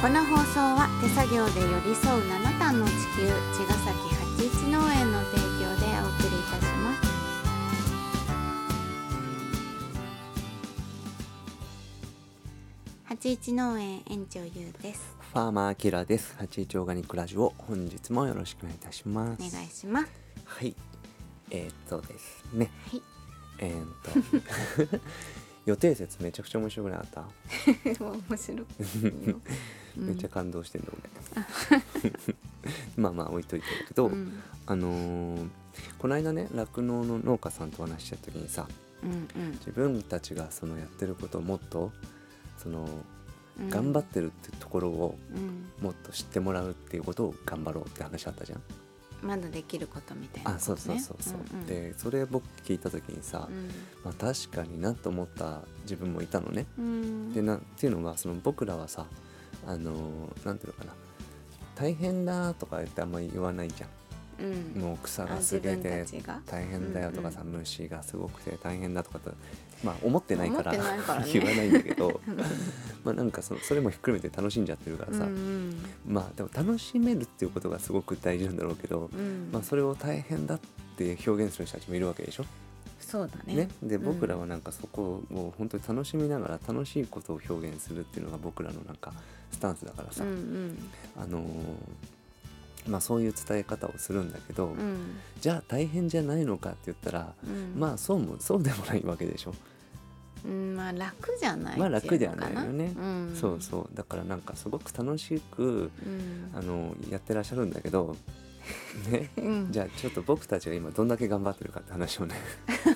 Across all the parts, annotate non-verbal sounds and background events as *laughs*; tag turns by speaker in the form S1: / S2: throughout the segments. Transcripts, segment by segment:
S1: この放送は手作業で寄り添う7段の地球茅ヶ崎八一農園の提供でお送りいたします八一農園園長ゆうです
S2: ファーマーアキラです。八一オーガニックラジオ、本日もよろしくお願いいたします。
S1: お願いします
S2: はい。えー、っとですね。
S1: はい
S2: えー、っと。 *laughs* 予定説めちゃくちゃ面白くなかった。
S1: 面白 *laughs* い
S2: めっちゃ感動してんの、
S1: *laughs*
S2: 俺。まあまあ置いといてるけど、
S1: うん
S2: あのーこの間ね酪農の農家さんと話した時にさ
S1: うん
S2: 自分たちがそのやってることをもっとその
S1: うん
S2: 頑張ってるってところを
S1: うん
S2: もっと知ってもらうっていうことを頑張ろうって話あったじゃん。
S1: まだできることみたいな
S2: あ
S1: こと
S2: そう
S1: ね
S2: そうそうそう、
S1: んん
S2: でそれ僕聞いた時にさ、まあ、確かになと思った自分もいたのね。
S1: うん
S2: でなんていうのがその僕らはさあのーなんていうのかな大変だとか言ってあんまり言わないじゃ
S1: うん
S2: ん。もう草
S1: あ
S2: が
S1: 自
S2: すげ
S1: 分
S2: て
S1: たちが
S2: 大変だよとかさ、
S1: う
S2: 虫がすごくて大変だとかとまあ思ってないから
S1: 思ってないからね
S2: *laughs* 言わないんだけ
S1: *laughs*
S2: どまあなんかそのそれもひっくるめて楽しんじゃってるからさ、
S1: うん
S2: まあでも楽しめるっていうことがすごく大事なんだろうけど、
S1: うん
S2: まあ、それを大変だって表現する人たちもいるわけでしょ。
S1: そうだね
S2: ね、で
S1: うん
S2: 僕らはなんかそこを本当に楽しみながら楽しいことを表現するっていうのが僕らのなんかスタンスだから
S1: う
S2: さ、
S1: ん
S2: あのーまあ、そういう伝え方をするんだけ
S1: う
S2: ど、
S1: んうん
S2: じゃあ大変じゃないのかって言ったら、
S1: うん
S2: まあそうもそうでもないわけでしょ。
S1: うんまあ楽じゃない
S2: まあ
S1: ってい
S2: 楽で
S1: うの
S2: は
S1: か
S2: ないよね
S1: うん
S2: そうそうだからなんかすごく楽しく、
S1: うん
S2: あのーやってらっしゃるんだけど、ね、
S1: うん
S2: じゃあちょっと僕たちが今どんだけ頑張ってるかって話
S1: *laughs*
S2: をね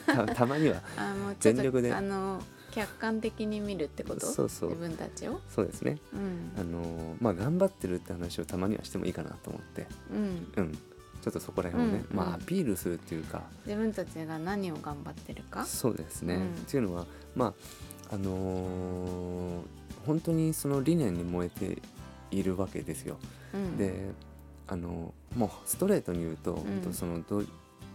S2: たたまには
S1: あもうちょっと
S2: 全力で
S1: あの客観的に見るってこと
S2: そうそう
S1: 自分たちを
S2: そうですね
S1: うん
S2: あのーまあ頑張ってるって話をたまにはしてもいいかなと思って
S1: うん
S2: うんちょっとそこら辺をね、
S1: うん
S2: ま
S1: うん
S2: あアピールするっていうか
S1: 自分たちが何を頑張ってるか
S2: そうですね、
S1: うん
S2: っていうのはまああのー本当にその理念に燃えているわけですよ。
S1: うん
S2: であのーもうストレートに言うと、本当そのどう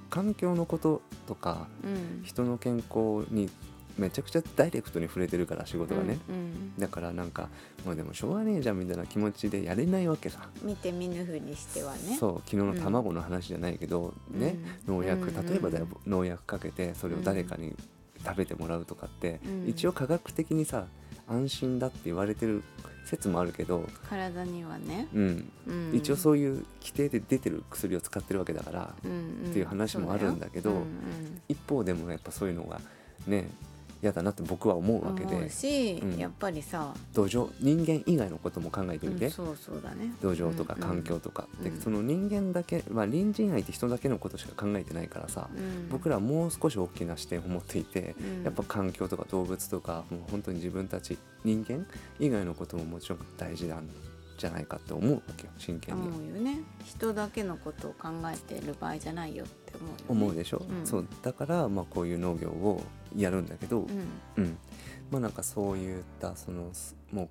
S2: 環境のこととか
S1: うん
S2: 人の健康にめちゃくちゃダイレクトに触れてるから仕事がね、
S1: うん
S2: だからなんかもうでもしょうがねえじゃんみたいな気持ちでやれないわけさ。
S1: うん見て見ぬふうにしてはね
S2: そう昨日の卵の話じゃないけど、
S1: うん
S2: ね
S1: うん
S2: 農薬
S1: うん
S2: 例えばだよ農薬かけてそれを誰かに食べてもらうとかって、
S1: うん
S2: 一応科学的にさ安心だって言われてる説もあるけど、
S1: 体にはね
S2: うん
S1: うん
S2: 一応そういう規定で出てる薬を使ってるわけだから、
S1: うんうん
S2: っていう話もあるんだけど
S1: そうようん
S2: 一方でもやっぱそういうのがね嫌だなって僕は思
S1: うん
S2: うわけ
S1: 思
S2: で
S1: うし、
S2: うん
S1: やっぱりさ、
S2: 土壌人間以外のことも考えて
S1: う
S2: み
S1: ん
S2: て。
S1: そうそうだね
S2: 土壌とか
S1: うんうん
S2: 環境とか、
S1: うん
S2: でその人間だけ、まあ、隣人愛って人だけのことしか考えてないからさ、僕らはもう少し大きな視点を持っていて、
S1: うん
S2: やっぱ環境とか動物とかもう本当に自分たち人間以外のことももちろん大事なんじゃないかって思うわけよ真剣に、
S1: 思うよね人だけのことを考えてる場合じゃないよって思うよ、ね、
S2: 思うでしょ、
S1: うん
S2: そうだから、まあ、こういう農業をやるんだけど、
S1: うん
S2: うんまあなんかそういったそのすも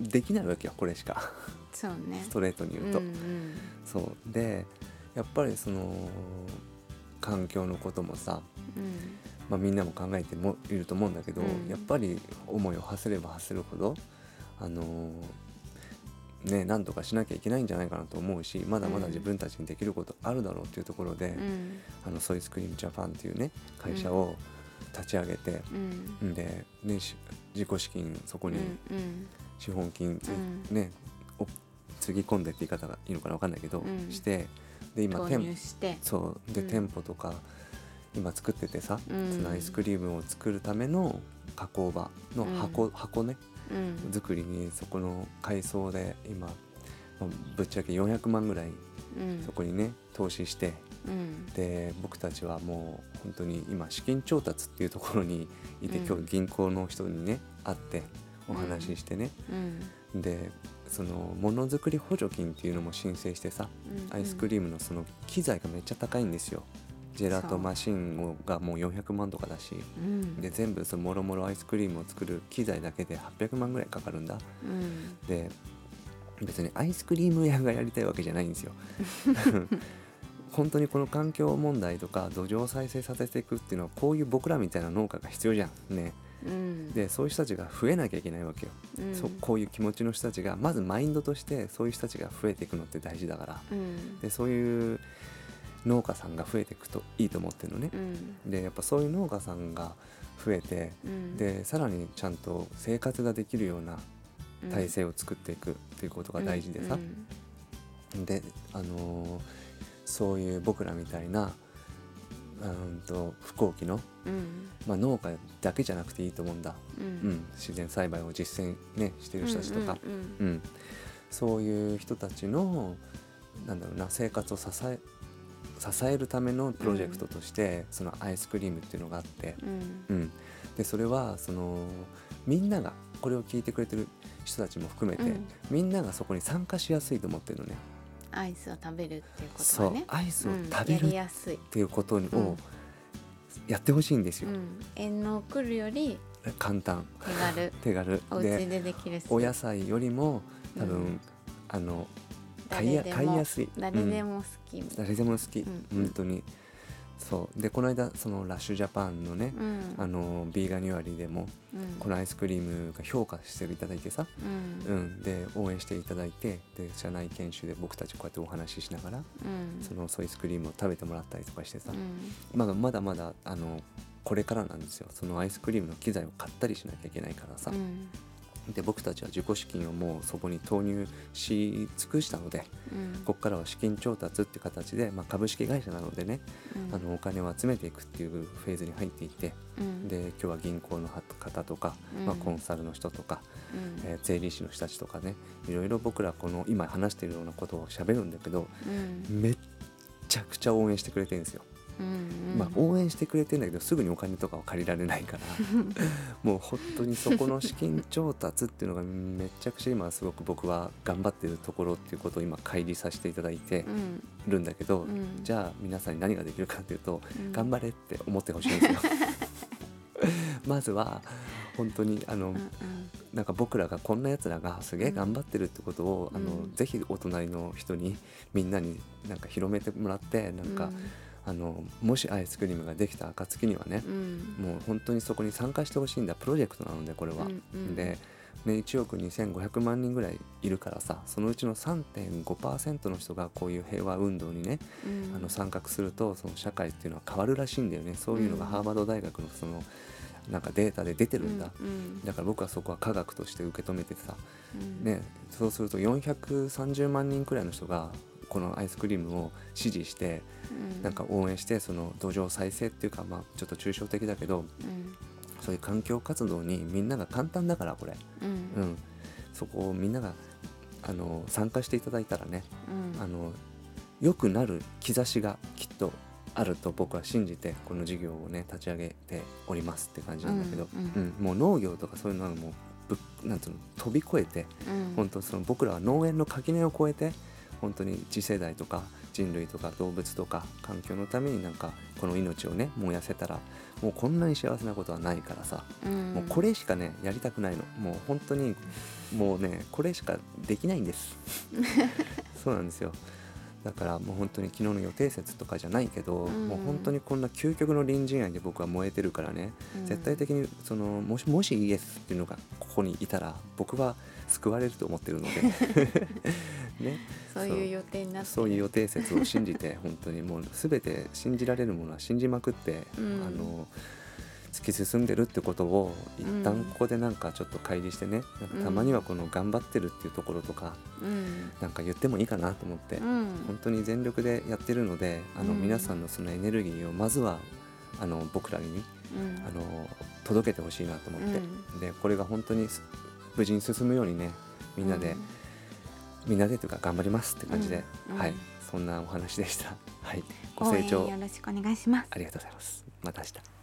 S2: うできないわけよこれしか
S1: そうね
S2: ストレートに言うと。
S1: うんうん
S2: そうでやっぱりその環境のこともさ、
S1: うん
S2: まあ、みんなも考えてもいると思うんだけど、
S1: うん
S2: やっぱり思いを馳せれば馳せるほどあのーね何とかしなきゃいけないんじゃないかなと思うしまだまだ自分たちにできることあるだろうっていうところで、
S1: うん
S2: あのソイスクリームジャパンっていうね会社を立ち上げて、
S1: うん
S2: ん、で、ね、し自己資金そこ
S1: うん
S2: に
S1: うん
S2: 資本金つ、
S1: うん
S2: ねをつぎ込んでって言い方がいいのかな分かんないけど、
S1: うん
S2: してで今
S1: 投
S2: 店
S1: 入して
S2: そうで、
S1: うん
S2: 店舗とか今作っててさ、
S1: うん
S2: そのアイスクリームを作るための加工場の箱,、箱ね
S1: うん
S2: 作りにそこの改装で今、まあぶっちゃけ400万ぐらい
S1: うん
S2: そこにね投資して
S1: うん
S2: で僕たちはもう本当に今資金調達っていうところにいて、
S1: うん
S2: 今日銀行の人にね会ってお話ししてね、
S1: うん
S2: でそのものづくり補助金っていうのも申請してさ、
S1: うん
S2: アイスクリームのその機材がめっちゃ高いんですよジェラー
S1: そ
S2: ト
S1: う
S2: マシンをがもう400万とかだし
S1: うん
S2: で全部そのもろもろアイスクリームを作る機材だけで800万ぐらいかかるんだ
S1: うん
S2: で別にアイスクリーム屋がやりたいわけじゃないんです
S1: *laughs*
S2: よ本当にこの環境問題とか土壌を再生させていくっていうのはこういう僕らみたいな農家が必要じゃんね
S1: うん、
S2: でそういう人たちが増えなきゃいけないわけよ、
S1: うん、
S2: そうこういう気持ちの人たちがまずマインドとしてそういう人たちが増えていくのって大事だから
S1: うん
S2: でそういう農家さんが増えていくといいと思ってるのね
S1: う、ん
S2: でやっぱそういう農家さんが増えて
S1: うん、
S2: でさらにちゃんと生活ができるような体制を作っていくっていうことが大事でさ、
S1: うん
S2: で、あのーそういう僕らみたいなうーんと不幸期の、
S1: うん
S2: まあ、農家だけじゃなくていいと思うんだ、
S1: う
S2: うんん、自然栽培を実践、ね、してる人たちとか、
S1: うん
S2: うんそういう人たちのなんだろうな生活を支え支えるためのプロジェクトとして、そのアイスクリームっていうのがあって、
S1: うんうん
S2: うん、でそれはそのみんながこれを聞いてくれてる人たちも含めて、
S1: うん
S2: みんながそこに参加しやすいと思ってるのね。
S1: アイスを食べるっていうこと
S2: そ
S1: は
S2: う
S1: ね
S2: アイスを
S1: うん
S2: 食べる
S1: や
S2: っ
S1: りやすい、
S2: ていうことを
S1: ん
S2: やってほしいんです
S1: う
S2: よ、
S1: ん、遠納来るより
S2: 簡単
S1: 手軽
S2: 手軽
S1: お家
S2: で
S1: でできるし
S2: お野菜よりも多分、
S1: うん
S2: あの買い
S1: 誰
S2: や
S1: でも
S2: 買いやすい
S1: 誰で
S2: うん
S1: も好きみたい
S2: 誰でも好き、
S1: うん
S2: 本当にそうでこの間そのラッシュジャパンのね、
S1: な、うん
S2: あのビーガニュアリーでも
S1: うん
S2: このアイスクリームが評価していただいてさ、
S1: うん
S2: う、ん、で応援していただいてで社内研修で僕たちこうやってお話ししながら
S1: うん
S2: そのソイスクリームを食べてもらったりとかしてさ、
S1: うん
S2: まだまだまだあのこれからなんですよそのアイスクリームの機材を買ったりしなきゃいけないからさ
S1: う、ん
S2: で僕たちは自己資金をもうそこに投入し尽くしたので
S1: うん
S2: ここからは資金調達って形で、まあ、株式会社なのでね、
S1: うん
S2: あのお金を集めていくっていうフェーズに入っていて
S1: うん
S2: で今日は銀行の方とか、
S1: うん
S2: まあ、コンサルの人とか、
S1: うん
S2: えー税理士の人たちとかねいろいろ僕らこの今話してるようなことを喋るんだけど
S1: うん
S2: めっちゃくちゃ応援してくれてるんですよ。
S1: うん
S2: まあ、応援してくれてんだけどすぐにお金とかは借りられないから
S1: *laughs*
S2: もう本当にそこの資金調達っていうのがめちゃくちゃ今すごく僕は頑張ってるところっていうことを今乖離させていただいて
S1: うん
S2: るんだけど、
S1: うん
S2: じゃあ皆さんに何ができるかっていうと、
S1: うん
S2: 頑張れって思ってほしい
S1: *laughs*
S2: んですよ。まずは本当にあの、
S1: うん
S2: なんか僕らがこんなやつらがすげえ頑張ってるってことを、あ
S1: う
S2: の
S1: ん
S2: ぜひお隣の人にみんなになんか広めてもらってな
S1: うん
S2: んか、あのもしアイスクリームができた暁にはね
S1: う、ん
S2: もう本当にそこに参加してほしいんだプロジェクトなのでこれは。
S1: うんうん
S2: で、ね、1億2500万人ぐらいいるからさそのうちの3.5%の人がこういう平和運動にね、
S1: うん
S2: あの参画するとその社会っていうのは変わるらしいんだよねそういうのが
S1: うん
S2: ハーバード大学のそのなんかデータで出てるんだ。
S1: うん
S2: だから僕はそこは科学として受け止めてさ、
S1: うん
S2: ね、そうすると430万人くらいの人がこのアイスクリームを支持して
S1: うん
S2: なんか応援してその土壌再生っていうか、まあ、ちょっと抽象的だけど
S1: うん
S2: そういう環境活動にみんなが簡単だからこれ、
S1: うん
S2: うん、そこをみんながあの参加していただいたらね
S1: うん
S2: あの良くなる兆しがきっとあると僕は信じてこの事業をね立ち上げておりますって感じなんだけど、
S1: うんう
S2: うんんもう農業とかそういうのはもうぶっなんつうの飛び越えて
S1: うん
S2: 本当その僕らは農園の垣根を越えて本当に次世代とか人類とか動物とか環境のためになんかこの命をね燃やせたらもうこんなに幸せなことはないからさ、
S1: うん
S2: もうこれしかねやりたくないのもう本当にもうねこれしかできないんです
S1: *laughs*
S2: そうなんですよだからもう本当に昨日の予定説とかじゃないけど、
S1: うん
S2: もう本当にこんな究極の隣人愛で僕は燃えてるからね、
S1: うん
S2: 絶対的にそのもしもしイエスっていうのがここにいたら僕は救われると思ってるの
S1: *laughs*
S2: で、ね、
S1: そういう予定になってる
S2: そういう予定説を信じて
S1: *laughs*
S2: 本当にもう全て信じられるものは信じまくって、
S1: うん
S2: あの突き進んでるってことを一
S1: うん
S2: 旦ここでなんかちょっと乖離してね、なんかたまにはこの頑張ってるっていうところとか
S1: うん
S2: なんか言ってもいいかなと思って、
S1: うん
S2: 本当に全力でやってるのであの
S1: うん
S2: 皆さんのそのエネルギーをまずはあの僕らに
S1: うん
S2: あの届けてほしいなと思って、
S1: う
S2: でこれが本当にす無事に進むようにねみんなで、みんなでというか頑張りますって感じで、
S1: うんうん
S2: はいそんなお話でした。はい、
S1: うん
S2: ご清
S1: 応
S2: 聴
S1: 援よろしくお願いします
S2: ありがとうございます。また明日。